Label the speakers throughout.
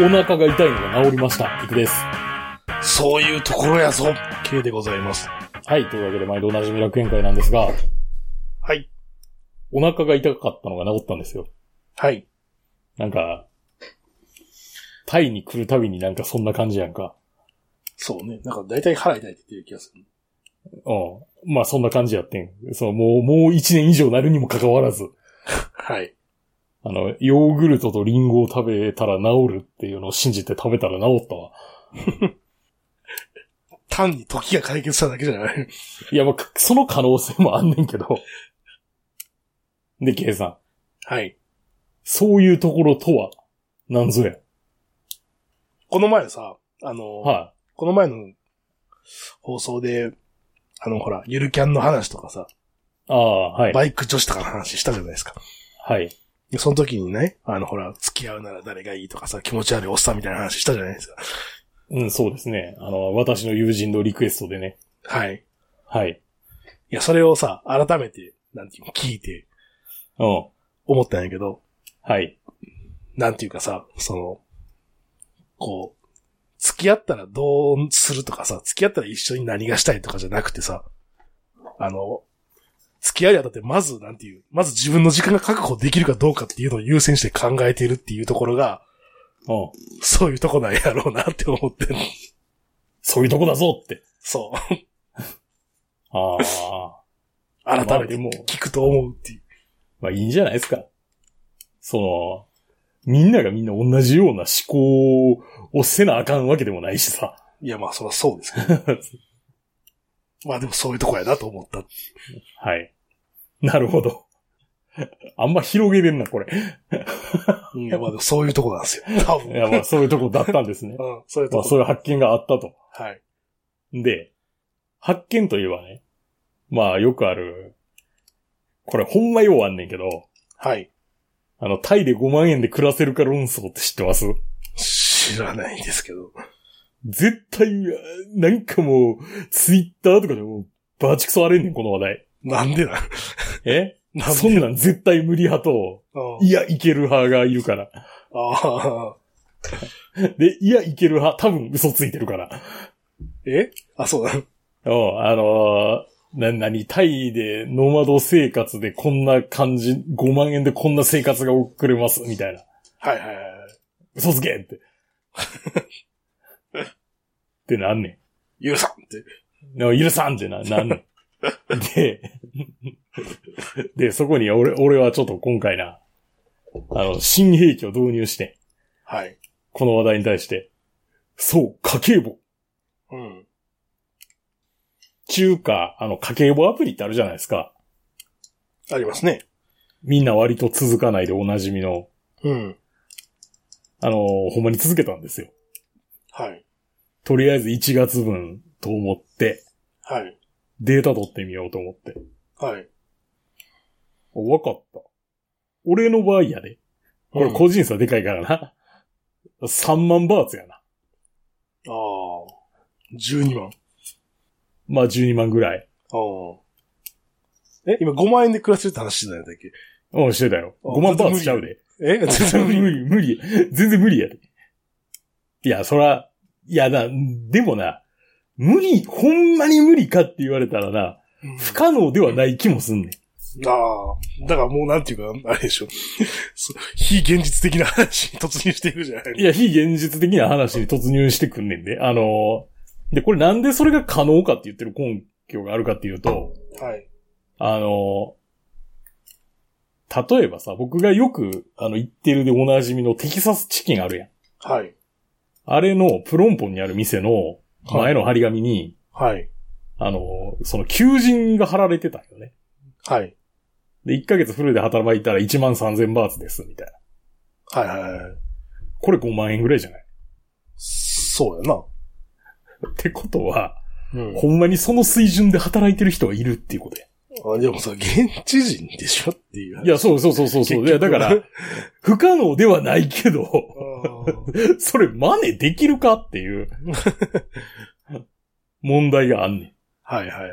Speaker 1: お腹が痛いのが治りました。いくです。
Speaker 2: そういうところやぞ、K でございます。
Speaker 1: はい。というわけで、毎度おなじみ楽園会なんですが、
Speaker 2: はい。
Speaker 1: お腹が痛かったのが治ったんですよ。
Speaker 2: はい。
Speaker 1: なんか、タイに来るたびになんかそんな感じやんか。
Speaker 2: そうね。なんか大体腹痛いって言ってる気がする。
Speaker 1: うん。まあそんな感じやってん。そう、もう、もう一年以上なるにもかかわらず、
Speaker 2: はい。
Speaker 1: あの、ヨーグルトとリンゴを食べたら治るっていうのを信じて食べたら治ったわ。
Speaker 2: 単に時が解決しただけじゃない。
Speaker 1: いや、まあ、かその可能性もあんねんけど。で、ケイさん。
Speaker 2: はい。
Speaker 1: そういうところとは、なんぞや。
Speaker 2: この前さ、あの、
Speaker 1: は
Speaker 2: この前の放送で、あの、ほら、ゆるキャンの話とかさ、
Speaker 1: い。ああ、はい。
Speaker 2: バイク女子とかの話したじゃないですか。
Speaker 1: はい。
Speaker 2: でその時にね、あの、ほら、付き合うなら誰がいいとかさ、気持ち悪いおっさんみたいな話したじゃないですか。
Speaker 1: うん、そうですね。あの、私の友人のリクエストでね。
Speaker 2: はい。い
Speaker 1: はい。
Speaker 2: や、それをさ、改めて、なんていうの、聞いて
Speaker 1: うん。
Speaker 2: 思ったんやけど、
Speaker 1: はい。
Speaker 2: なんていうかさ、その、こう、付き合ったらどうするとかさ、付き合ったら一緒に何がしたいとかじゃなくてさ、あの、付き合いだってまず、なんていう、まず自分の時間が確保できるかどうかっていうのを優先して考えているっていうところが、
Speaker 1: うん。
Speaker 2: そういうとこなんやろうなって思ってる。
Speaker 1: そういうとこだぞって。
Speaker 2: そう。
Speaker 1: ああ。
Speaker 2: 改
Speaker 1: まあ
Speaker 2: めて
Speaker 1: でも
Speaker 2: 聞くと思うっていう。
Speaker 1: まあいいんじゃないですか。その、みんながみんな同じような思考をせなあかんわけでもないしさ。
Speaker 2: いや、まあ、そりゃそうですけど。 まあでもそういうとこやなと思った。
Speaker 1: はい。なるほど。 あんま広げれんな、これ。
Speaker 2: うんいや、まあでもそういうとこなんですよ。多分。
Speaker 1: い や、まあそういうとこだったんですね。
Speaker 2: うん、そういう
Speaker 1: ま
Speaker 2: と
Speaker 1: あそう
Speaker 2: こ。
Speaker 1: いう発見があったと。
Speaker 2: はい。
Speaker 1: で、発見といえばね、まあよくある、これほんまようあんねんけど、
Speaker 2: はい。
Speaker 1: あの、タイで5万円で暮らせるか論争って知ってます
Speaker 2: 知らないですけど。
Speaker 1: 絶対、なんかもう、ツイッターとかでもう、バチクソ荒れんねん、この話題。
Speaker 2: なんでな
Speaker 1: え
Speaker 2: なん
Speaker 1: そんなん絶対無理派と、
Speaker 2: うん
Speaker 1: いや、いける派がいるから。
Speaker 2: ああ。
Speaker 1: で、いや、いける派、多分嘘ついてるから。
Speaker 2: えあ、そうだ。
Speaker 1: うん、あのー、な、なに、タイでノマド生活でこんな感じ、5万円でこんな生活が送れます、みたいな。
Speaker 2: はいはいは
Speaker 1: 嘘つけって。ってなんねん。
Speaker 2: い。許さんって。
Speaker 1: な許さんってな、なんねん。で、で、そこに俺、俺はちょっと今回な、あの、新兵器を導入して、
Speaker 2: はい。
Speaker 1: この話題に対して、そう、家計簿。
Speaker 2: うん。
Speaker 1: 中華、あの、家計簿アプリってあるじゃないですか。
Speaker 2: ありますね。
Speaker 1: みんな割と続かないでおなじみの、
Speaker 2: うん。
Speaker 1: あの、ほんまに続けたんですよ。
Speaker 2: はい。
Speaker 1: とりあえず1月分と思って、
Speaker 2: はい。
Speaker 1: データ取ってみようと思って。
Speaker 2: はい。
Speaker 1: あわかった。俺の場合やで。これ
Speaker 2: うん
Speaker 1: 個人差でかいからな。3万バーツやな。
Speaker 2: ああ。12万。
Speaker 1: まあ12万ぐらい。
Speaker 2: ああ。え今5万円で暮らせるって話じゃないだっけ
Speaker 1: うん、してたよ。
Speaker 2: あ
Speaker 1: 5万バーツちゃうで。
Speaker 2: え全然無理。
Speaker 1: 無理、無理。全然無理やで。いや、そら、いやな、でもな、無理、ほんまに無理かって言われたらな、
Speaker 2: うん
Speaker 1: 不可能ではない気もすんねん。
Speaker 2: ああ。だからもうなんていうか、あれでしょ。そう非現実的な話に突入していくじゃない
Speaker 1: いや、非現実的な話に突入してくんねんで。あのーで、これなんでそれが可能かって言ってる根拠があるかっていうと、
Speaker 2: はい。
Speaker 1: あのー例えばさ、僕がよく、あの、行ってるでおなじみのテキサスチキンあるやん。
Speaker 2: はい。
Speaker 1: あれの、プロンポンにある店の前の張り紙に、
Speaker 2: はい。
Speaker 1: あのーその求人が貼られてたよね。
Speaker 2: はい。
Speaker 1: で、1ヶ月フルで働いたら1万3000バーツです、みたいな。
Speaker 2: はいはいはい。
Speaker 1: これ5万円ぐらいじゃない
Speaker 2: そうやな。
Speaker 1: ってことは、
Speaker 2: うん
Speaker 1: ほんまにその水準で働いてる人がいるっていうことや。
Speaker 2: あ、でもさ、現地人でしょっていう。
Speaker 1: い、や、そうそうそうそうそう。いや、だから、不可能ではないけど、 それ真似できるかって いう、問題があんねん。
Speaker 2: はいはい。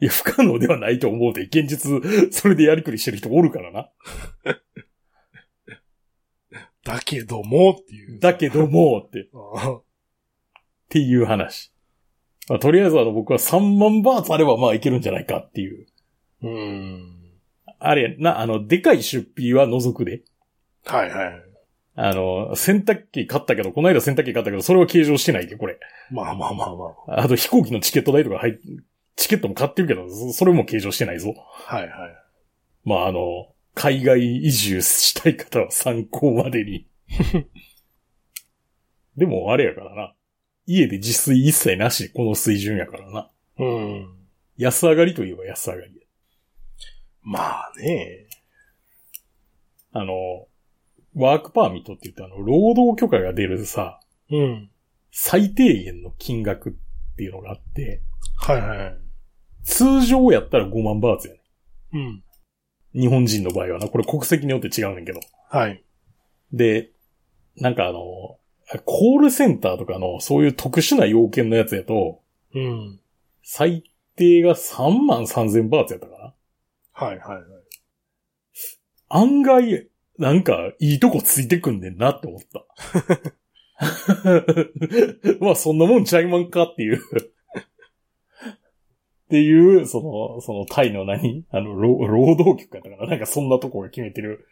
Speaker 1: いや、不可能ではないと思うで、現実、それでやりくりしてる人おるからな。
Speaker 2: だけどもっていう。
Speaker 1: だけども、って、っ
Speaker 2: あ
Speaker 1: ていう話。まあ、とりあえずあの僕は3万バーツあればまあいけるんじゃないかっていう。
Speaker 2: うん。
Speaker 1: あれやな、あの、でかい出費は除くで。
Speaker 2: はいはい。
Speaker 1: あの、洗濯機買ったけど、この間洗濯機買ったけど、それは計上してないで、これ。
Speaker 2: まあまあまあま
Speaker 1: あと飛行機のチケット代とか入っチケットも買ってるけど、そそれも計上してないぞ。
Speaker 2: あ。はいはい。
Speaker 1: まあ、あの、海外移住したい方は参考までに。 でも、あれやからな。家で自炊一切なしでこの水準やからな。
Speaker 2: うん。
Speaker 1: 安上がりといえば安上がりや。
Speaker 2: まあね。
Speaker 1: あの、ワークパーミットって言ってあの、労働許可が出るさ、
Speaker 2: うん。
Speaker 1: 最低限の金額っていうのがあって、
Speaker 2: はいはい。
Speaker 1: 通常やったら5万バーツやね。
Speaker 2: うん。
Speaker 1: 日本人の場合はな、これ国籍によって違うねんけど。
Speaker 2: はい。
Speaker 1: で、なんかあの、コールセンターとかのそういう特殊な要件のやつやと、
Speaker 2: うん。
Speaker 1: 最低が3万3000バーツやったかな。
Speaker 2: はいはいはい。
Speaker 1: 案外、なんか、いいとこついてくんねんなって思った。 まあ、そんなもんちゃいまんかっていう。っていう、その、そのタイの何あの、労労働局やったから、なんかそんなとこが決めてる。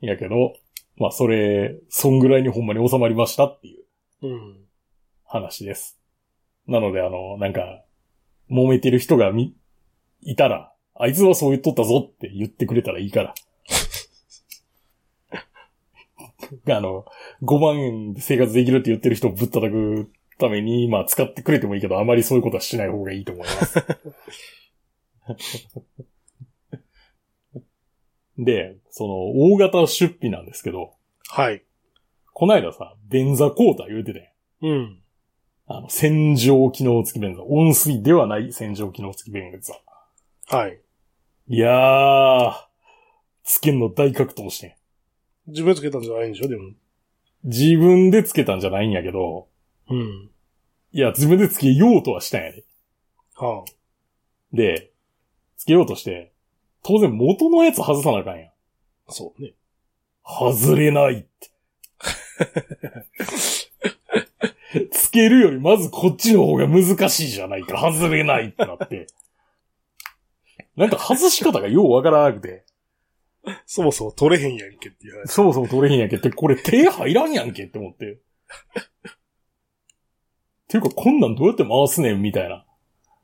Speaker 1: やけど、まあ、それ、そんぐらいにほんまに収まりましたっていう
Speaker 2: うん。
Speaker 1: 話です。なので、あの、なんか、揉めてる人がみ、いたら、あいつはそう言っとったぞって言ってくれたらいいから。 あの、5万円で生活できるって言ってる人をぶったたくために、まあ使ってくれてもいいけど、あまりそういうことはしない方がいいと思います。 で、その、大型出費なんですけど、
Speaker 2: はい。
Speaker 1: こないださ、便座交代言うてたやん
Speaker 2: うん。
Speaker 1: あの、洗浄機能付き便座。温水ではない洗浄機能付き便座。
Speaker 2: はい。
Speaker 1: いやー、つけんの大格闘してん。
Speaker 2: 自分でつけたんじゃないんでしょでも。
Speaker 1: 自分でつけたんじゃないんやけど、
Speaker 2: うん。
Speaker 1: いや、自分でつけようとはしたんやで。
Speaker 2: は
Speaker 1: で、つけようとして、当然元のやつ外さなあかんやん。
Speaker 2: あ。そうね。
Speaker 1: 外れないって。つけるよりまずこっちの方が難しいじゃないか。外れないってなって。なんか外し方がようわからなくて。
Speaker 2: そもそも取れへんやんけっていう話。
Speaker 1: そもそも取れへんやんけって、これ手入らんやんけって思って。っていうか、こんなんどうやって回すねんみたいな。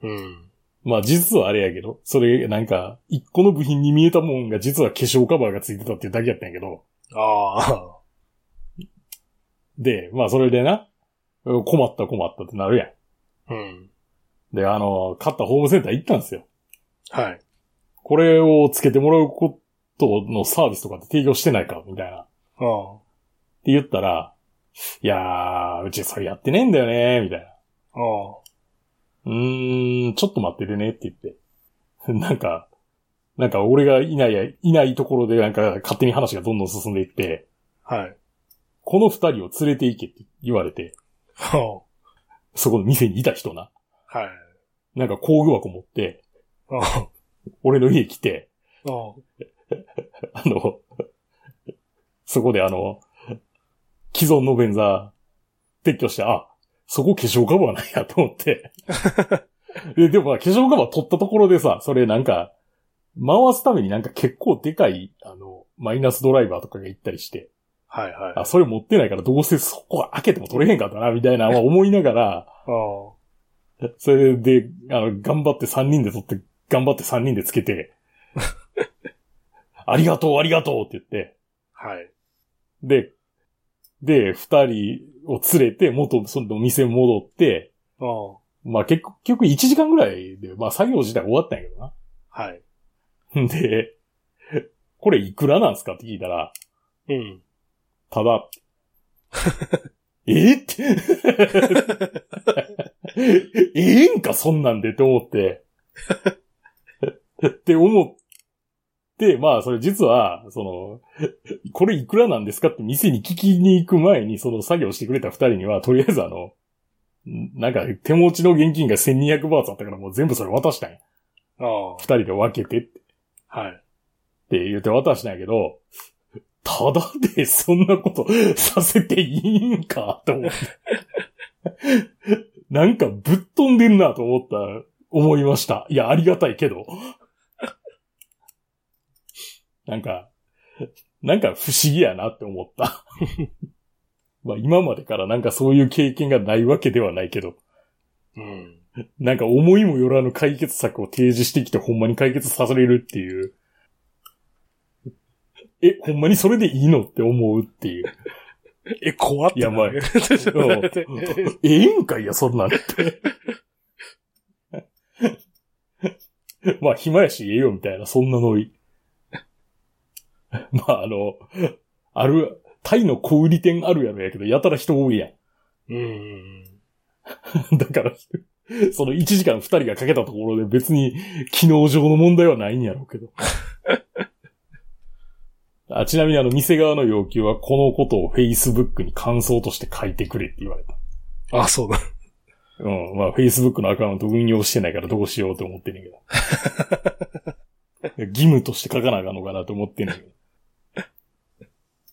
Speaker 2: うん。
Speaker 1: まあ実はあれやけど、それなんか、一個の部品に見えたもんが実は化粧カバーがついてたっていうだけやったんやけど、
Speaker 2: ああ。
Speaker 1: で、まあそれでな、うん困った困ったってなるや
Speaker 2: うん。
Speaker 1: ん。で、あの、買ったホームセンター行ったんですよ。
Speaker 2: はい。
Speaker 1: これをつけてもらうことのサービスとかって提供してないかみたいな。
Speaker 2: ああ。
Speaker 1: って言ったら、いやー、うちそれやってねえんだよねみたいな。
Speaker 2: ああ。
Speaker 1: うーん、ちょっと待っててねって言って。 なんか、なんか俺がいないや、いないところでなんか勝手に話がどんどん進んでいって、
Speaker 2: はい。
Speaker 1: この二人を連れて行けって言われて、
Speaker 2: は
Speaker 1: そこの店にいた人な。
Speaker 2: あ。はい。
Speaker 1: なんか工具箱持って、
Speaker 2: ああ。
Speaker 1: 俺の家来て、
Speaker 2: ああ。
Speaker 1: あの、そこであの、既存の便座、撤去して、あ、そこ化粧カバーなんやと思って。で、でもまあ化粧カバー取ったところでさ、それなんか、回すためになんか結構でかい、あの、マイナスドライバーとかが行ったりして、
Speaker 2: はいはい。あ
Speaker 1: あ、それ持ってないからどうせそこは開けても取れへんかったな、みたいな、まあ思いながら、
Speaker 2: あ。
Speaker 1: それで、あの、頑張って3人で撮って、頑張って3人でつけて、ありがとう、ありがとうって言って、
Speaker 2: はい。
Speaker 1: で、で、二人を連れて、元、その店に戻って、
Speaker 2: ああ。
Speaker 1: まあ結局1時間ぐらいで、まあ作業自体終わったんやけどな。
Speaker 2: はい。
Speaker 1: ん で、これいくらなんすかって聞いたら、
Speaker 2: うん。
Speaker 1: ただ、えってええんか、そんなんでって思って。って思って、まあ、それ実は、その、これいくらなんですかって店に聞きに行く前に、その作業してくれた二人には、とりあえずあの、んなんか手持ちの現金が1200バーツあったからもう全部それ渡したんや。
Speaker 2: ああ。
Speaker 1: 二人で分けてって
Speaker 2: はい。
Speaker 1: 言って渡したんやけど、ただでそんなことさせていいんかと思って。なんかぶっ飛んでんなと思った、思いました。いや、ありがたいけど。なんか、なんか不思議やなって思った。まあ今までからなんかそういう経験がないわけではないけど、
Speaker 2: うん。
Speaker 1: なんか思いもよらぬ解決策を提示してきてほんまに解決させれるっていう。え、ほんまにそれでいいのって思うっていう。
Speaker 2: え、怖ってなる。
Speaker 1: や
Speaker 2: ちょっと待って
Speaker 1: ええんかいや、そんなんって。 まあ、暇やし、ええよ、みたいな、そんなノリ。 まあ、あの、ある、タイの小売店あるやろやけど、やたら人多いや
Speaker 2: う
Speaker 1: ん。
Speaker 2: ん。
Speaker 1: だから、その1時間2人がかけたところで別に機能上の問題はないんやろうけど。あちなみにあの、店側の要求はこのことを Facebook に感想として書いてくれって言われた。
Speaker 2: あ、そうだ。
Speaker 1: うん。まあ、Facebook のアカウント運用してないからどうしようと思ってんねんけど。義務として書かなあかんのかなと思ってんねんけ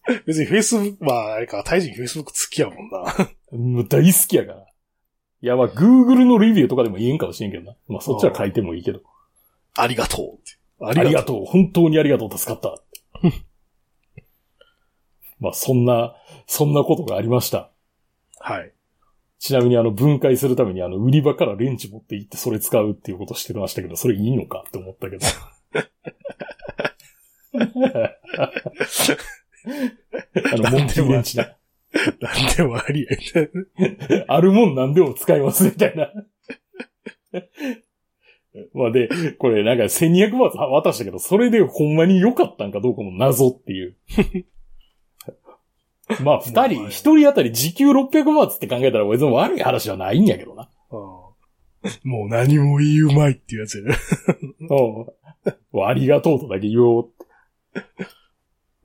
Speaker 1: ど。
Speaker 2: 別に Facebook、まあ、あれか、タイ人 Facebook 好きやもんな。
Speaker 1: もう大好きやから。いや、まあ、Google のレビューとかでも言えんかもしれんけどな。まあ、そっちは書いてもいいけど。
Speaker 2: ありがとうって。あ
Speaker 1: ありが
Speaker 2: う。
Speaker 1: とう。本当にありがとう。助かった。 まあ、そんな、そんなことがありました。
Speaker 2: はい。
Speaker 1: ちなみにあの、分解するためにあの、売り場からレンチ持って行ってそれ使うっていうことしてましたけど、それいいのかって思ったけ ど。 あの、モンキーレンチな。
Speaker 2: なんでもありやね。
Speaker 1: あるもん何でも使いますみたいな。 まあで、これなんか1200バーツ渡したけど、それでほんまに良かったんかどうかも謎って いう。まあ二人、一人当たり時給600バーツって考えたら別に悪い話はないんやけどな。
Speaker 2: うんもう何も言いうまいっていうやつやね。
Speaker 1: うん。ありがとうとだけ言おうって。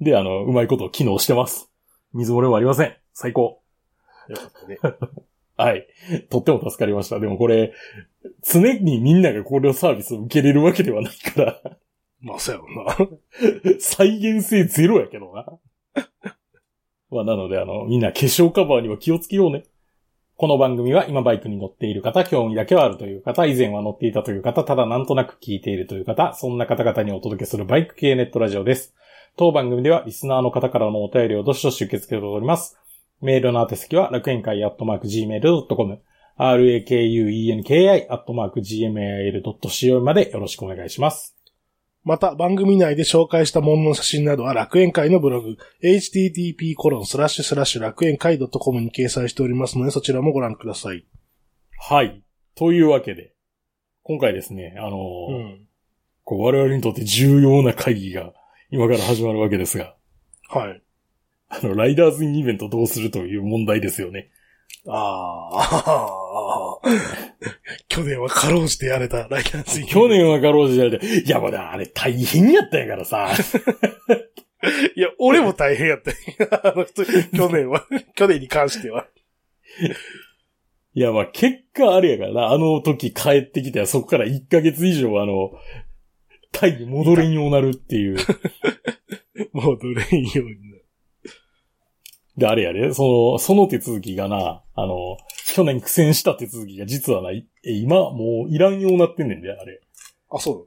Speaker 1: で、あの、うまいこと機能してます。水漏れもありません。最高。
Speaker 2: よかったね。
Speaker 1: はい。とっても助かりました。でもこれ、常にみんながこのサービスを受けれるわけではないから、
Speaker 2: まあ、そうやろう
Speaker 1: 再現性ゼロやけどな。 まあ、なので、あの、みんな化粧カバーには気をつけようね。この番組は今バイクに乗っている方、興味だけはあるという方、以前は乗っていたという方、ただなんとなく聞いているという方、そんな方々にお届けするバイク系ネットラジオです。当番組ではリスナーの方からのお便りをどしどし受け付けております。メールの宛先は楽園会アットマーク Gmail.com、rakuenki アットマーク Gmail.co までよろしくお願いします。
Speaker 2: また、番組内で紹介したものの写真などは楽園会のブログ、http コロンスラッシュスラッシュ楽園会 .com に掲載しておりますので、そちらもご覧ください。
Speaker 1: はい。というわけで、今回ですね、あのー
Speaker 2: うん。
Speaker 1: こう我々にとって重要な会議が今から始まるわけですが、
Speaker 2: はい。
Speaker 1: あの、ライダーズインイベントどうするという問題ですよね。
Speaker 2: ああ。 去年はかろうじてやれたライダーズイン
Speaker 1: 去年はかろうじてやれて、いや、まだあれ大変やったんやから さ。
Speaker 2: いや、俺も大変やった よ。あの人、去年は、 去年に関しては。
Speaker 1: いや、まあ、結果あれやからな、あの時帰ってきたらそこから1ヶ月以上あの、タイに戻れんようになるって いう。
Speaker 2: もうどれんようになる。
Speaker 1: で、あれやで、その、その手続きがな、あの、去年苦戦した手続きが実はない、え今もういらんようになってんねんで、あれ。
Speaker 2: あ、そ
Speaker 1: うん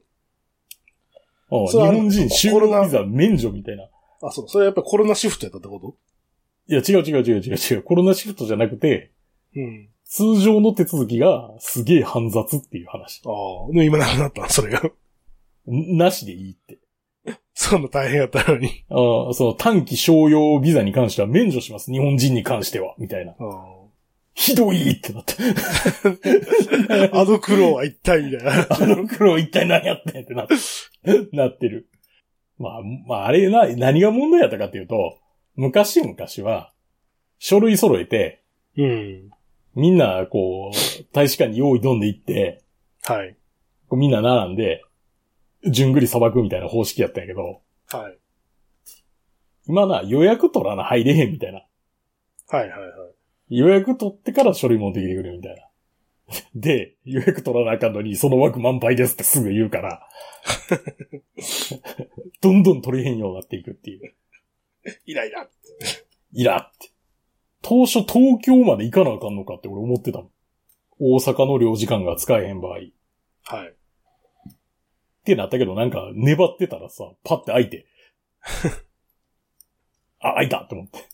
Speaker 1: 日
Speaker 2: それあの
Speaker 1: 本人就
Speaker 2: コロナ
Speaker 1: 労ビザ免除みたいな。
Speaker 2: う。あ、そう。それはやっぱコロナシフトやったってこと
Speaker 1: いや、違う違う違う違う違う。コロナシフトじゃなくて、
Speaker 2: うん。
Speaker 1: 通常の手続きがすげえ煩雑っていう話。
Speaker 2: ああ。でも今なくなったそれが。
Speaker 1: んなしでいいって。
Speaker 2: そんな大変やったのに。
Speaker 1: あーその短期商用ビザに関しては免除します。日本人に関しては。みたいな。
Speaker 2: あ
Speaker 1: ひどいってなって。
Speaker 2: あ。あの苦労は一体みた いな。
Speaker 1: あの苦労一体何やってんってなって、なって る。まあ、まあ、あれな、何が問題やったかっていうと、昔々は、書類揃えて、
Speaker 2: うん。
Speaker 1: みんな、こう、大使館に用意どんで行って、
Speaker 2: はい。
Speaker 1: こうみんな並んで、じゅんぐり裁くみたいな方式やったんやけど、
Speaker 2: はい。
Speaker 1: 今な、予約取らな入れへんみたいな。
Speaker 2: はいはいはい。
Speaker 1: 予約取ってから書類持ってきてくれみたいな。 で、予約取らなあかんのに、その枠満杯ですってすぐ 言うから、どんどん取れへんようになっていくっていう。
Speaker 2: イライラ。
Speaker 1: イラって。当初東京まで行かなあかんのかって俺思ってたもん。大阪の領事館が使えへん場合。っ
Speaker 2: はい。
Speaker 1: てなったけどなんか粘ってたらさ、パッて開いて。 あ、開いたって思って。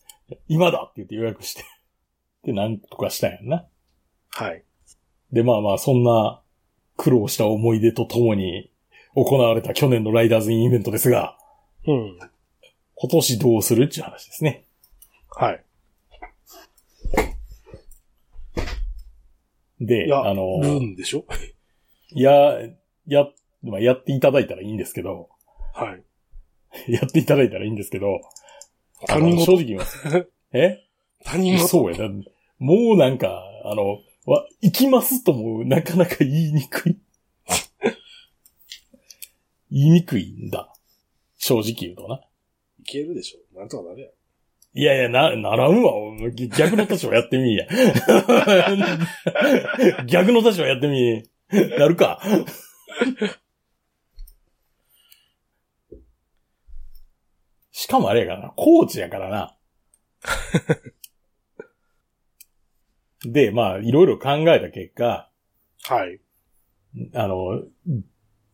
Speaker 1: 今だって言って予約して。で、なんとかしたんやんな。
Speaker 2: はい。
Speaker 1: で、まあまあ、そんな苦労した思い出とともに行われた去年のライダーズインイベントですが、
Speaker 2: うん。
Speaker 1: 今年どうするっていう話ですね。
Speaker 2: はい。
Speaker 1: で、
Speaker 2: いや、
Speaker 1: あの、
Speaker 2: るんでしょ
Speaker 1: や、や、まあ、やっていただいたらいいんですけど、
Speaker 2: はい。
Speaker 1: やっていただいたらいいんですけど、
Speaker 2: 他
Speaker 1: あ
Speaker 2: 人
Speaker 1: の正
Speaker 2: 事。
Speaker 1: 直言います。 え
Speaker 2: 他人事。
Speaker 1: そうやな。もうなんか、あの、わ、行きますともなかなか言いにくい。言いにくいんだ。正直言うとな。
Speaker 2: いけるでしょなんとかなるやん。
Speaker 1: いやいや、な、ならんわ。逆の立場やってみいや。 逆の立場やってみ。なるか。しかもあれやからな、コーチやからな。 で、まあ、いろいろ考えた結果、
Speaker 2: はい。
Speaker 1: あの、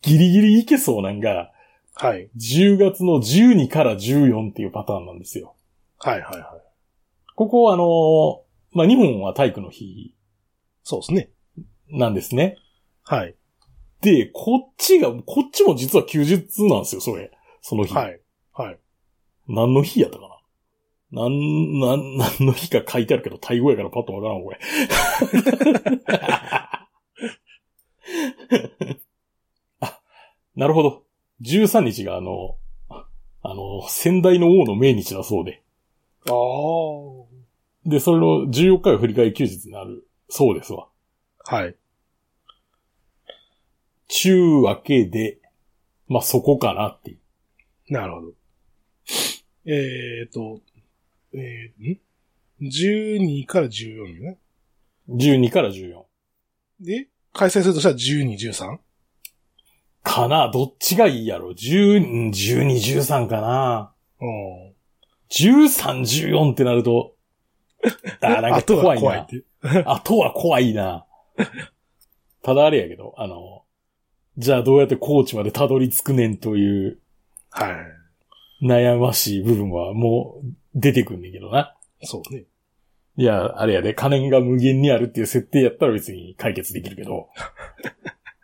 Speaker 1: ギリギリいけそうなんが、
Speaker 2: はい。
Speaker 1: 10月の12から14っていうパターンなんですよ。
Speaker 2: はいはいはい。
Speaker 1: ここ、あのまあ、日本は体育の日
Speaker 2: そうですね。
Speaker 1: なんですね。
Speaker 2: はい。
Speaker 1: で、こっちが、こっちも実は休日なんですよ、それ。その日。
Speaker 2: はい。はい。
Speaker 1: 何の日やったかな。なん、なん、何の日か書いてあるけど、タイ語やからパッとわからん、これ。 あ、なるほど。13日があの、あの、先代の王の命日だそうで。
Speaker 2: ああ。
Speaker 1: で、それの14日が振り返り休日になる、そうですわ。
Speaker 2: はい。
Speaker 1: ちゅうわけで、まあ、そこかなっていう。
Speaker 2: なるほど。えーと、えー、ん ?12 から14ね。
Speaker 1: 12から14。
Speaker 2: で、開催するとしたら12、13?
Speaker 1: かなどっちがいいやろ ?10、12、13かな
Speaker 2: うん。
Speaker 1: ?13、14ってなると、あ ー、なんか
Speaker 2: 後が
Speaker 1: 怖い
Speaker 2: 怖いっ
Speaker 1: な。
Speaker 2: て。
Speaker 1: あとは怖いな。ただあれやけど、あの、じゃあどうやってコーチまでたどり着くねんという
Speaker 2: はい。
Speaker 1: 悩ましい部分はもう出てくんねんけどな。
Speaker 2: そうね。
Speaker 1: いや、あれやで、可燃が無限にあるっていう設定やったら別に解決できるけど、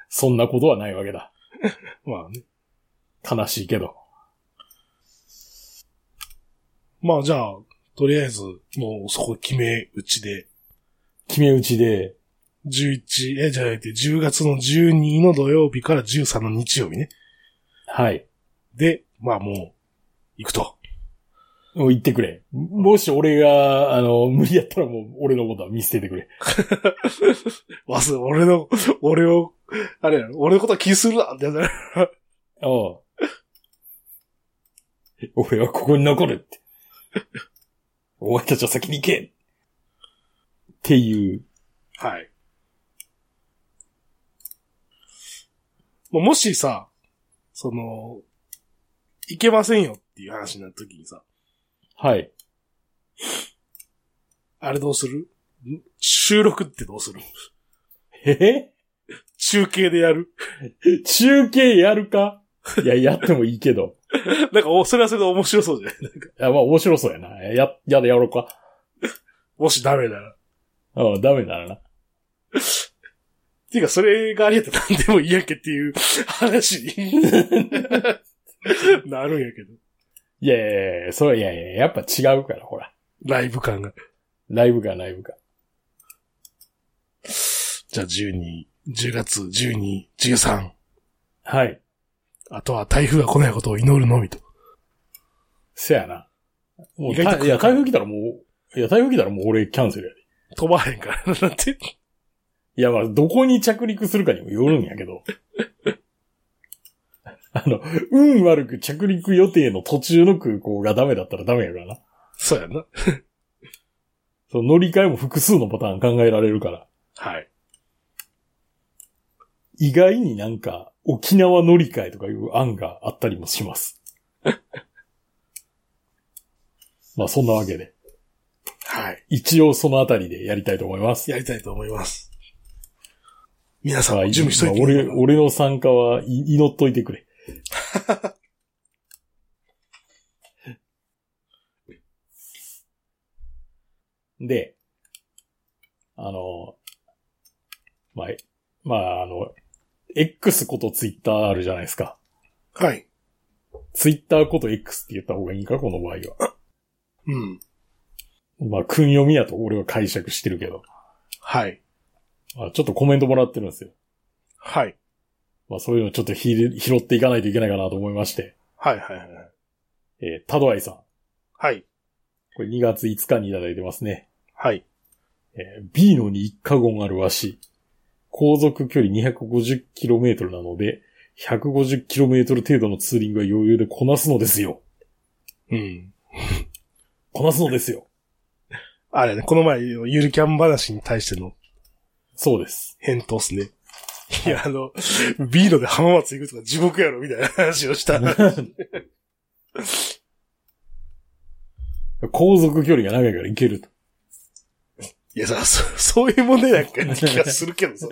Speaker 1: そんなことはないわけだ。
Speaker 2: まあね。
Speaker 1: 悲しいけど。
Speaker 2: まあじゃあ、とりあえず、もうそこ決め打ちで、
Speaker 1: 決め打ちで、
Speaker 2: 11、え、じゃなくて、10月の12の土曜日から13の日曜日ね。
Speaker 1: はい。
Speaker 2: で、まあもう、行くと。
Speaker 1: もう言ってくれ。もし俺が、あの、無理やったらもう俺のことは見捨ててくれ。
Speaker 2: 忘れ、俺の、俺を、あれやろ、俺のことは気するな、ってやつやろ
Speaker 1: おう 俺はここに残るって。お前たちは先に行けっていう。
Speaker 2: はい。もうもしさ、その、行けませんよっていう話になった時にさ、
Speaker 1: はい。
Speaker 2: あれどうするん収録ってどうする
Speaker 1: え
Speaker 2: 中継でやる
Speaker 1: へ中継やるかいや、やってもいいけど。
Speaker 2: なんかお、それはそれで面白そうじゃない
Speaker 1: あまあ、面白そうやな。や、やだ、やろうか。
Speaker 2: もしダメなら。っ
Speaker 1: うん、ダメだな。
Speaker 2: ていうか、それがありやったら何でもいいやんけっていう 話に なるんやけど。
Speaker 1: いやいやいや、それ、いやいや、やっぱ違うから、ほら。
Speaker 2: ライブ感が。
Speaker 1: ライブか、ライブか。
Speaker 2: じゃあ12、10月12、13。
Speaker 1: はい。
Speaker 2: あとは台風が来ないことを祈るのみと。
Speaker 1: せやな。もう
Speaker 2: 意外と
Speaker 1: たいや、台風来たらもう、いや、台風来たらもう俺キャンセルやで。
Speaker 2: 飛ばへんからなって。
Speaker 1: いや、まあ、どこに着陸するかにもよるんやけど。 あの、運悪く着陸予定の途中の空港がダメだったらダメやからな。
Speaker 2: そうやな。
Speaker 1: その乗り換えも複数のパターン考えられるから。
Speaker 2: はい。
Speaker 1: 意外になんか、沖 縄乗り換えとかいう案があったりもします。まあそんなわけで、
Speaker 2: はい。
Speaker 1: 一応そのあたりでやりたいと思います。
Speaker 2: やりたいと思います。皆さん
Speaker 1: まあ
Speaker 2: も準備しといて
Speaker 1: まあ
Speaker 2: く
Speaker 1: 俺、
Speaker 2: ださい
Speaker 1: 俺の参加はい祈っといてく れ。で、あの、まあ、えまあ、あの、X ことツイッターあるじゃないですか。
Speaker 2: はい。
Speaker 1: ツイッターこと X って言った方がいいか、この場合は。
Speaker 2: うん。
Speaker 1: まあ、訓読みやと俺は解釈してるけど。
Speaker 2: はい。
Speaker 1: まあ、ちょっとコメントもらってるんですよ。
Speaker 2: はい。
Speaker 1: まあ、そういうのちょっとひれ拾っていかないといけないかなと思いまして。
Speaker 2: はいはいはい。
Speaker 1: えー、タドアイさん。
Speaker 2: はい。
Speaker 1: これ2月5日にいただいてますね。
Speaker 2: はい。
Speaker 1: えー B のに1カゴンあるわし。航続距離 250km なので、150km 程度のツーリングは余裕でこなすのですよ。
Speaker 2: うん。
Speaker 1: こなすのですよ。
Speaker 2: あれね、この前のゆるキャン話に対しての
Speaker 1: そうです。
Speaker 2: 返答っすね。いや、あの、ビールで浜松行くとか地獄やろみ たいな話をした。
Speaker 1: 航続距離が長いからいけると。
Speaker 2: いやさ、そそういう問題なんか気がするけどさ。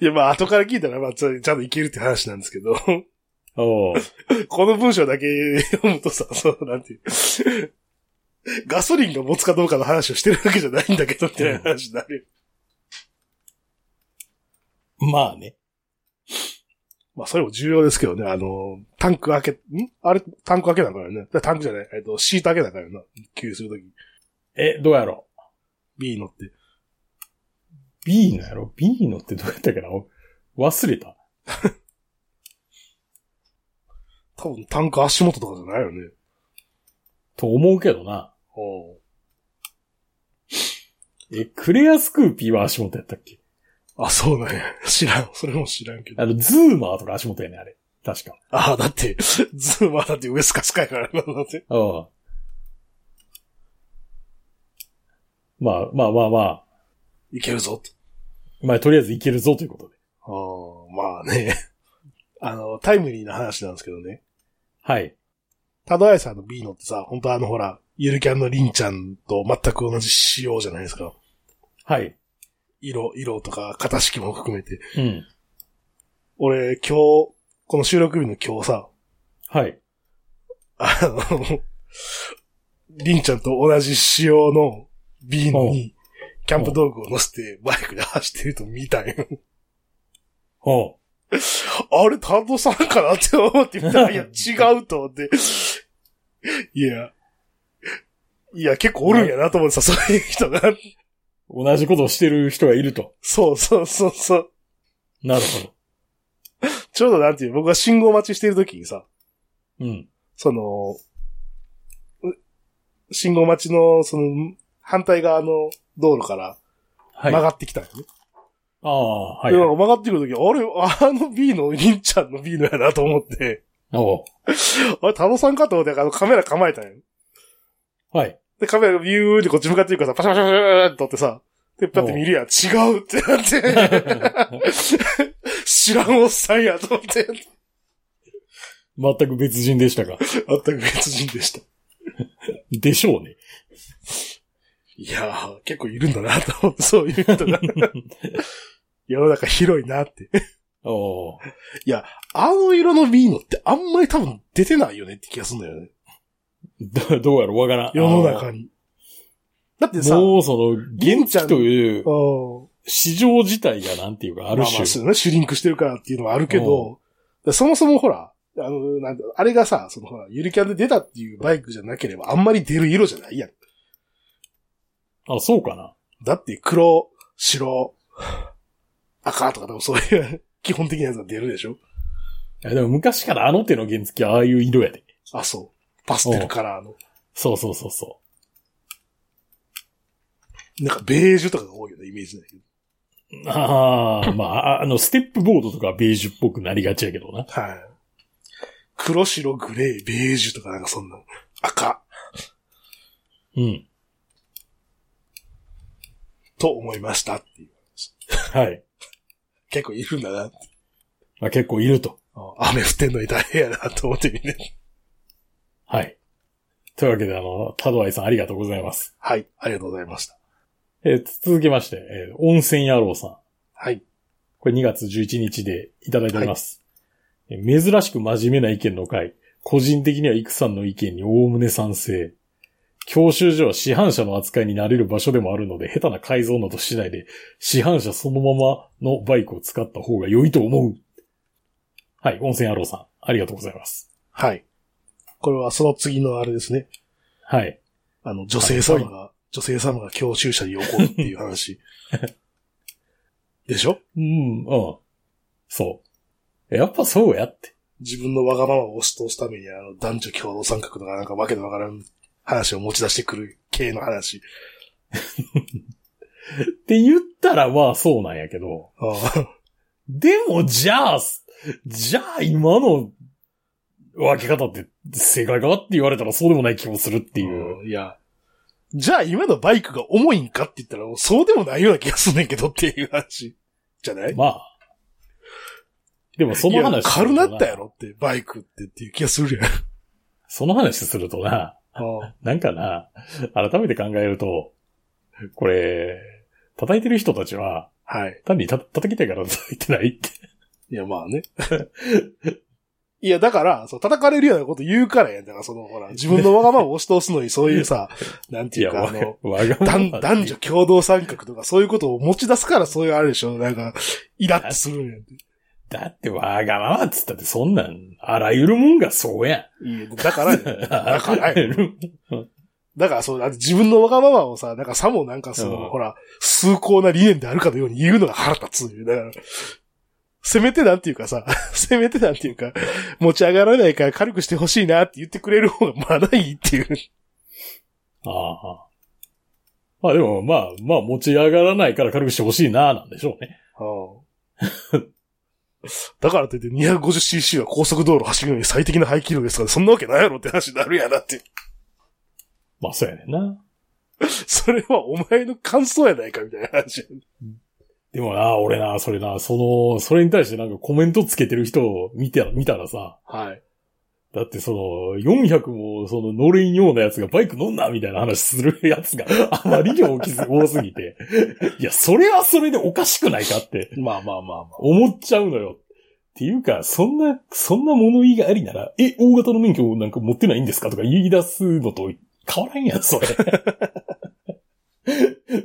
Speaker 2: いや、まあ、後から聞いたら、まあ、ちゃんといけるって話なんです けど、
Speaker 1: おう
Speaker 2: この文章だけ読むとさ、そう、なんていう。ガソリンが持つかどうかの話をしてるわけじゃないんだけど、みたいな話になる。
Speaker 1: まあね。
Speaker 2: まあ、それも重要ですけどね、あの、タンク開け、んあれ、タンク開けだからね。タンクじゃない、えっと、シート開けだからな、給油するとき、
Speaker 1: え、どうやろ
Speaker 2: B 乗って。
Speaker 1: う ?B のやろ ?B のってどうやったかなお忘れた。
Speaker 2: 多分タンク足元とかじゃないよね。
Speaker 1: と思うけどな。
Speaker 2: おう
Speaker 1: え、クレアスクーピーは足元やったっけ
Speaker 2: あ、そうなんや。 知らん。それも知らんけど。
Speaker 1: あの、ズーマーとか足元やね、あれ。確か。
Speaker 2: ああ、だって、 ズーマーだって上スカスカやからな、だって。
Speaker 1: うん。まあ、まあまあまあ、
Speaker 2: いけるぞって。
Speaker 1: まあとりあえずいけるぞということで。
Speaker 2: ああ、まあね。あの、タイムリーな話なんですけどね。
Speaker 1: はい。
Speaker 2: タドアイさんの B のってさ、本当あのほら、ゆるキャンのリンちゃんと全く同じ仕様じゃないですか。
Speaker 1: はい。
Speaker 2: 色、色とか、型式も含めて。
Speaker 1: うん。
Speaker 2: 俺、今日、この収録日の今日さ、
Speaker 1: はい。
Speaker 2: あの、りんちゃんと同じ仕様のビーノに、キャンプ道具を乗せてバイクで走ってると見たんよ。
Speaker 1: おう
Speaker 2: あれ、担当さんかなって思ってみたら、いや、違うと思って。いや、いや、結構おるんやなと思ってさ、そういう人が。
Speaker 1: 同じことをしてる人がいると。
Speaker 2: そうそうそうそう。
Speaker 1: なるほ
Speaker 2: ちょうどなんていう、僕が信号待ちしてる時にさ、
Speaker 1: ど。うん。
Speaker 2: その、う信号待ちの、その、反対側の道路から
Speaker 1: はい。
Speaker 2: 曲がってきたんよね。
Speaker 1: ああ、はい
Speaker 2: で、。なんか曲がってくるとき、あれ、あの B の、りんちゃんの B のやなと思って、
Speaker 1: おう
Speaker 2: あれ、タロさんかと思って、あのカメラ構えたんよ。
Speaker 1: はい。
Speaker 2: で、カメラがビューってこっち向かってるからさ、パシャパシャパシャパシャって撮ってさ、で、パって見るやん、違うってなって、 知らんおっさんやと思って、
Speaker 1: 全く別人でしたが。
Speaker 2: 全く別人でした。
Speaker 1: でしょうね。
Speaker 2: いやー、結構いるんだなと 思って、そういう人が。世の中広いなって。
Speaker 1: おう
Speaker 2: あの色の B のってあんまり多分出てないよねって気がするんだよね。
Speaker 1: どどうやろうわからん。
Speaker 2: 世の中に。だってさ、
Speaker 1: もうその、現地という
Speaker 2: うん
Speaker 1: 市場自体がなんていうか、ある
Speaker 2: まあま
Speaker 1: 種
Speaker 2: あ、。そうね、シュリンクしてるからっていうのはあるけど、そもそもほら、あの、なんだあれがさ、そのほら、ゆるキャンで出たっていうバイクじゃなければ、あんまり出る色じゃないやん。
Speaker 1: あ、そうかな。
Speaker 2: だって黒、白、赤とか多分そういう基本的なやつが出るでしょ
Speaker 1: いやでも昔からあの手の原付はああいう色やで。
Speaker 2: あ、そう。パステルカラーの。
Speaker 1: そうそうそうそ
Speaker 2: なんかベージュとかが多いよね、イメージだけど。
Speaker 1: う。あ あ、まあ、ああの、ステップボードとかはベージュっぽくなりがちやけどな。
Speaker 2: はい。黒、白、グレー、ベージュとかなんかそんな。赤、
Speaker 1: うん。
Speaker 2: と思いましたっていう。
Speaker 1: はい。
Speaker 2: 結構いるんだな。
Speaker 1: まあ結構いると。
Speaker 2: あ雨降ってんのに大変やなと思ってみて。
Speaker 1: はい。というわけで、あの、タドアイさんありがとうございます。
Speaker 2: はい。ありがとうございました。
Speaker 1: えー続きまして、えー温泉野郎さん。
Speaker 2: はい。
Speaker 1: これ2月11日でいただいております。えー珍しく真面目な意見の回。個人的にはイクさんの意見におおむね賛成。教習所は市販車の扱いになれる場所でもあるので、下手な改造などしないで、市販車そのままのバイクを使った方が良いと思う。はい、温泉野郎さん、ありがとうございます。
Speaker 2: はい。これはその次のあれですね。
Speaker 1: はい。
Speaker 2: あの、女性様が、女性様が教習者に怒るっていう 話。でしょ
Speaker 1: うん、うん。そう。やっぱそうやって。
Speaker 2: 自分のわがままを押し通すために、あの、男女共同参画とか、なんかわけのわからん話を持ち出してくる系の話。
Speaker 1: って言ったらまあそうなんやけど。
Speaker 2: ああ
Speaker 1: でもじゃあ、じゃあ今の分け方って正解かって言われたらそうでもない気もするっていう。
Speaker 2: うんいや。じゃあ今のバイクが重いんかって言ったら、そうでもないような気がすんねんけどっていう話。じゃない
Speaker 1: まあ。でもその
Speaker 2: いや
Speaker 1: 話。
Speaker 2: 軽なったや。ろって、バイクってっていう気が するやん。
Speaker 1: その話するとな、
Speaker 2: あ
Speaker 1: なんかな、改めて考えると、これ、叩いてる人たちは、
Speaker 2: あはい。
Speaker 1: 単にた叩きたいから叩いてないって。
Speaker 2: いや、まあね。 いや、だから、そう、叩かれるようなこと言うからやん。だから、その、ほら、自分のわがままを押し通すのに、そういう さ、なんて
Speaker 1: い
Speaker 2: い
Speaker 1: や、
Speaker 2: うか、あ
Speaker 1: わ
Speaker 2: の、
Speaker 1: わ がま
Speaker 2: 男
Speaker 1: ま。
Speaker 2: 男女共同参画とかそういうことを持ち出すからそういうあれでしょなんか、イラッとするんやんて。
Speaker 1: だってわがままっつったってそんなん、あらゆるもんがそうやん。
Speaker 2: いい だから、だから
Speaker 1: あらゆる
Speaker 2: だからそう、だって自分のわがままをさ、なんかさもなんかその、
Speaker 1: うん
Speaker 2: ほら、崇高な理念であるかのように言うのが腹立つんよ。だから、せめてなんていうかさ、 せめてなんていうか、持ち上がらないから軽くしてほしいなって言ってくれる方がまだいいっていう。
Speaker 1: ああ。まあでも、まあ、まあ持ち上がらないから軽くしてほしいな、なんでしょうね。
Speaker 2: だからといって 250cc は高速道路走るのに最適な排気量ですから、そんなわけないやろって話になるやなって。
Speaker 1: まあそうやねんな。
Speaker 2: それはお前の感想やないかみたいな話。
Speaker 1: でもな、俺な、それな、その、それに対してなんかコメントつけてる人を見て、見たらさ、
Speaker 2: はい。
Speaker 1: だってその、400もその乗れんようなやつがバイク乗んな、みたいな話するやつがあまりに大きす多すぎて。いや、それはそれでおかしくないかって
Speaker 2: まあまあまあま
Speaker 1: 思っちゃうのよ。っていうか、そんな、そんな物言いがありなら、え、大型の免許なんか持ってないんですかとか言い出すのと変わらんやん、それ。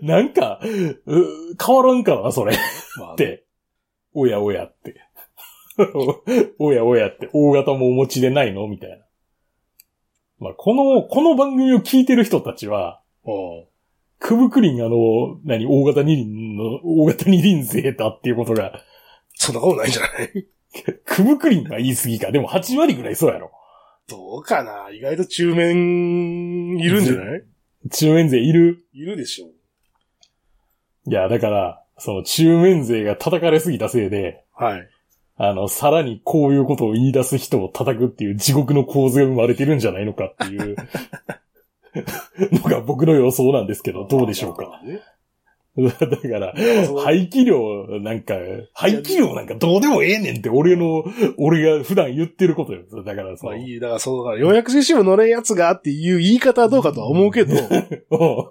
Speaker 1: なんか、う変わらんからな、それっ
Speaker 2: あ。まあ、
Speaker 1: て。おやおやって。 おやおやって、大型もお持ちでないのみたいな。まあ、この、この番組を聞いてる人たちは、
Speaker 2: おう
Speaker 1: クブクリンあの、何、大型二輪の、大型二輪勢だっていうことが、
Speaker 2: そんなことないんじゃない
Speaker 1: クブクリンは言い過ぎか。でも8割ぐらいそうやろ。
Speaker 2: どうかな意外と中面、いるんじゃない
Speaker 1: 中面勢いる。
Speaker 2: いるでしょ
Speaker 1: いや、だから、その中面勢が叩かれすぎたせいで、
Speaker 2: はい。
Speaker 1: あの、さらにこういうことを言い出す人を叩くっていう地獄の構図が生まれてるんじゃないのかっていう のが僕の予想なんですけど、どうでしょうか。
Speaker 2: まあまあね。
Speaker 1: だから、
Speaker 2: はい。
Speaker 1: 排気量なんか、排気量なんかどうでもええねんって俺の、俺が普段言ってることよ。だからそ
Speaker 2: まあ
Speaker 1: の、
Speaker 2: いい。だからそうだから、400cc も乗れんやつがっていう言い方はどうかとは思うけど、
Speaker 1: うん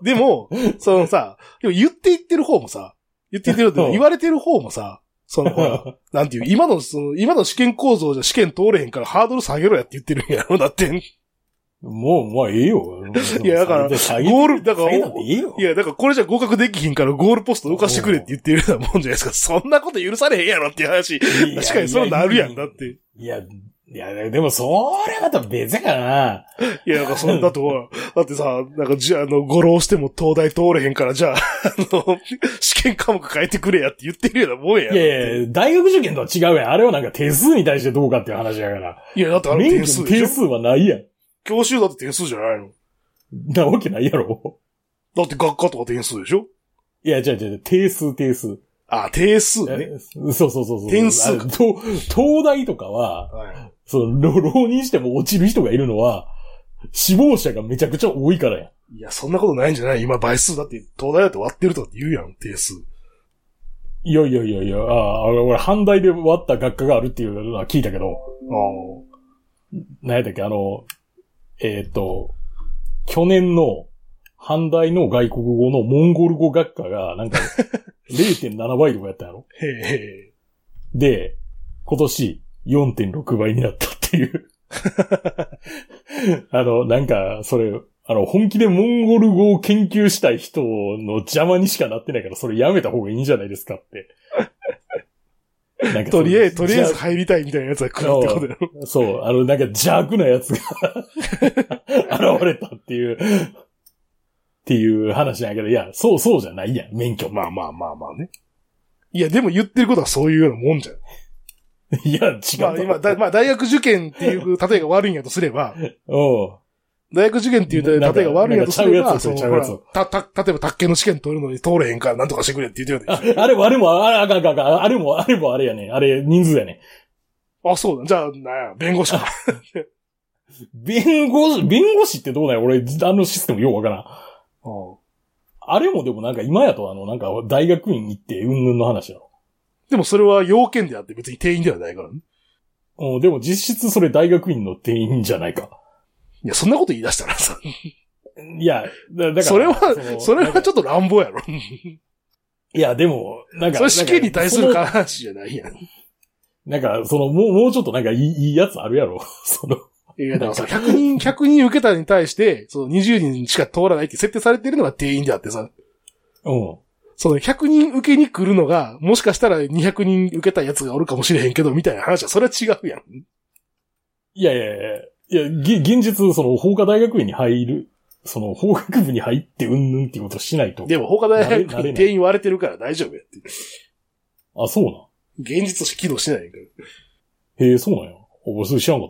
Speaker 2: でも、そのさ、でも言っていってる方もさ、言っていってるっていうか言われてる方もさ、そのほら、なんていう、今の、その、今の試験構造じゃ試験通れへんからハードル下げろやって言ってるんやろだって。
Speaker 1: もう、まあ、ええよ。
Speaker 2: いやだから
Speaker 1: 下げ
Speaker 2: ゴール、だから、
Speaker 1: 下げなんていいよ
Speaker 2: いや、だからこれじゃ合格できひんからゴールポスト動かしてくれって言ってるようなもんじゃないですか。そんなこと許されへんやろっていう話。
Speaker 1: いや
Speaker 2: 確かにそうなるやん、
Speaker 1: い
Speaker 2: だって。い
Speaker 1: いや、いや、でも、それはまた別やからな。
Speaker 2: や、だからそんだとほら、だってさ、なんかじゃあ、あの、語呂しても東大通れへんから、じゃあ、あの、試験科目変えてくれやって言ってるようなもんや。
Speaker 1: いやいや、大学受験とは違うやん。あれはなんか点数に対してどうかっていう話やから。
Speaker 2: いや、だってあれ
Speaker 1: 免
Speaker 2: 点
Speaker 1: 許
Speaker 2: 数
Speaker 1: の
Speaker 2: でし
Speaker 1: 点
Speaker 2: ょ
Speaker 1: 数はないやん。
Speaker 2: 教習だって点数じゃないの。
Speaker 1: なわけないやろ。
Speaker 2: だって学科とか点数でしょ
Speaker 1: いや、違う違う違う、定数定数。
Speaker 2: あ、定数ね。
Speaker 1: えそうそうそうそう。
Speaker 2: 点数
Speaker 1: あ
Speaker 2: か
Speaker 1: と東大とかは、
Speaker 2: はい。
Speaker 1: その、浪浪人しても落ちる人がいるのは、死亡者がめちゃくちゃ多いからやん。
Speaker 2: いや、そんなことないんじゃない今倍数だって、東大だって割ってるとかって言うやん、定数。
Speaker 1: いやいやいやいや、ああ、俺、俺、反対で割った学科があるっていうのは聞いたけど、
Speaker 2: ああ。
Speaker 1: 何やったっけ、あの、えーっ、と、去年の、阪大の外国語のモンゴル語学科が、なんか、0.7倍とかやったやろ
Speaker 2: へえへ
Speaker 1: で、今年4.6倍になったっていう。 あの、なんか、それ、あの、本気でモンゴル語を研究したい人の邪魔にしかなってないから、それやめた方がいいんじゃないですかって。 なん
Speaker 2: え。
Speaker 1: か
Speaker 2: と
Speaker 1: そう
Speaker 2: りあえず、とりあえず入りたいみたいなやつが来るってことだよ。
Speaker 1: そう、あの、なんか邪悪な やつが、現れたっていう、っていう話なんやけど、いや、そう、そうじゃないやん、免許。
Speaker 2: まあまあまあまあね。いや、でも言ってることはそういうようなもんじゃん。
Speaker 1: いや、違う。
Speaker 2: まあ今、だまあ大学受験って いう例えが悪いんやとすれば、
Speaker 1: うん。
Speaker 2: 大学受験っていう例えが悪いんやとすれ
Speaker 1: なん
Speaker 2: ば、
Speaker 1: か
Speaker 2: そ
Speaker 1: ちゃう
Speaker 2: の
Speaker 1: やつちゃ
Speaker 2: ほ
Speaker 1: うや
Speaker 2: ら
Speaker 1: つ
Speaker 2: た、た、例えば、宅建の試験取るのに通れへんから、なんとかしてくれって言ってる よ
Speaker 1: あ
Speaker 2: ね。、
Speaker 1: あれも、あれも、あれ、あかんあかんあかんあれも、あれもあれやねん。あれ、人数やね
Speaker 2: あ、そうだ。じゃあ、なや、弁護士 か。
Speaker 1: ん。弁護士、弁護士ってどうなんや俺、あのシステムようわからん。あれもでもなんか今やとあの、なんか大学院行って、うんぬんの話やろ。
Speaker 2: でもそれは要件であって別に定員ではないからね。
Speaker 1: うん、でも実質それ大学院の定員じゃないか。
Speaker 2: いや、そんなこと言い出したらさ、
Speaker 1: いや、だだから。
Speaker 2: それ
Speaker 1: の
Speaker 2: は、それ
Speaker 1: なんか
Speaker 2: はちょっと乱暴やろ。
Speaker 1: いや、でも、なんか。
Speaker 2: それ試験に対する
Speaker 1: か。
Speaker 2: 話じゃないやん。い
Speaker 1: なんか、その、もう、もうちょっとなんかいい、いいやつあるやろ。 その、
Speaker 2: や、だからさ、100人、100人受けたに対して、その20人しか通らないって設定されてるのが定員であってさ、
Speaker 1: うん。
Speaker 2: その100人受けに来るのが、もしかしたら200人受けたやつがおるかもしれへんけど、みたいな話は、それは違うやん。
Speaker 1: いやいやいやいや、げ現実、その、法科大学院に入る、その、法学部に入ってうんぬんっていうことしないと。
Speaker 2: でも、他大学
Speaker 1: なれなれ
Speaker 2: に
Speaker 1: ない
Speaker 2: 定員割れてるから大丈夫やって。
Speaker 1: あ、そうなん。
Speaker 2: 現実として機能してないから。
Speaker 1: へえ、そうなんや。お、それ知らんかっ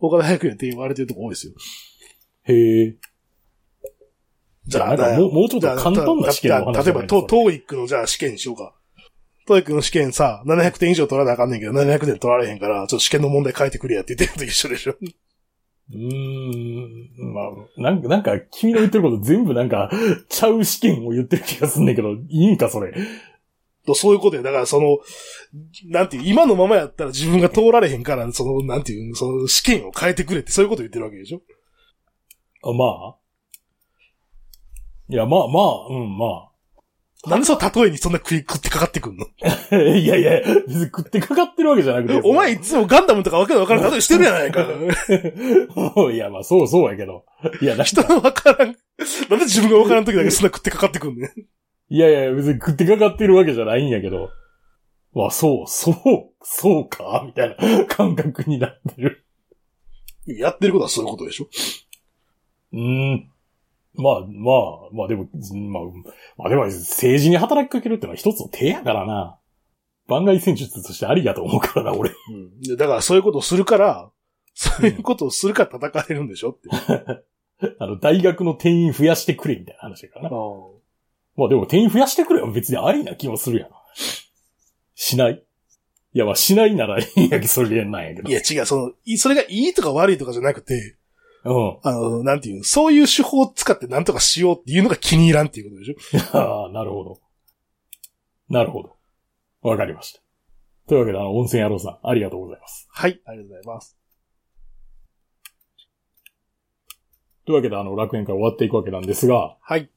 Speaker 2: 他大学に定員割れてるとこ多いですよ。
Speaker 1: た。へえ。
Speaker 2: じ
Speaker 1: なんかもうもうちょっと簡単な試験の話
Speaker 2: じゃあ例えば、
Speaker 1: じゃ
Speaker 2: ト
Speaker 1: ない
Speaker 2: トーイックのじゃあ試験にしようか。トーイックの試験さ、700点以上取らなあかんねんけど、700点取られへんから、ちょっと試験の問題書いてくれやって言ってるのと一緒でしょ。
Speaker 1: うーん、まあ、なんか、なんか、君の言ってること全部なんか、ちゃう試験を言ってる気がすんねんけど、いいんか、それ。
Speaker 2: とそういうことよ。だから、その、なんていう、今のままやったら自分が通られへんから、その、なんていう、その試験を変えてくれって、そういうこと言ってるわけでしょ。
Speaker 1: あ、まあ。いや、まあまあ、うん、まあ。
Speaker 2: なんでその例えにそんな食い食ってかかってく んの
Speaker 1: いやいや、別に食ってかかってるわけじゃなくて。
Speaker 2: お前いつもガンダムとかわけのわ からん例えしてるやないか。
Speaker 1: もういや、まあ、そうそうやけど。いや、なん
Speaker 2: 人
Speaker 1: か
Speaker 2: のわからん。なんで自分がわからん時だけそんな食ってかかってくんねん
Speaker 1: いやいや、別に食ってかかってるわけじゃないんやけど。まあ、そう、そう、そうかみたいな感覚になってる。
Speaker 2: やってることはそういうことでしょ。
Speaker 1: うーん。まあ、まあ、まあでも、まあ、まあでも、政治に働きかけるってのは一つの手やからな。番外戦術としてありやと思うからな、俺。
Speaker 2: うんでだからそういうことをするから、そういうことをするから叩かれるんでしょって。
Speaker 1: あの、大学の定員増やしてくれ、みたいな話やからな。
Speaker 2: あ
Speaker 1: まあでも定員増やしてくれよ。別にありな気もするやん。しない。いやまあしないならいいやけど、それでなんやけど。
Speaker 2: いや違う、その、いそれがいいとか悪いとかじゃなくて、
Speaker 1: うん。
Speaker 2: あの、なんていう、そういう手法を使ってなんとかしようっていうのが気に入らんっていうことでしょ。
Speaker 1: ああ、なるほど。なるほど。わかりました。というわけで、あの、温泉野郎さん、ありがとうございます。
Speaker 2: はい、ありがとうございます。
Speaker 1: というわけで、あの、楽園から終わっていくわけなんですが、
Speaker 2: はい。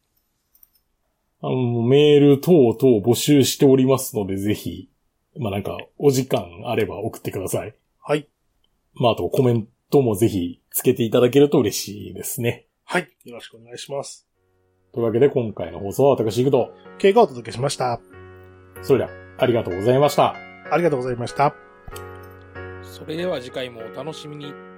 Speaker 1: あの、メール等々募集しておりますので、ぜひ、まあ、なんか、お時間あれば送ってください。
Speaker 2: はい。
Speaker 1: まあ、あと、コメントもぜひ、つけていただけると嬉しいですね。
Speaker 2: はい、よろしくお願いします。
Speaker 1: というわけで、今回の放送は私、行くと、
Speaker 2: 経過をお届けしました。
Speaker 1: それでは、ありがとうございました。
Speaker 2: ありがとうございました。
Speaker 3: それでは次回もお楽しみに。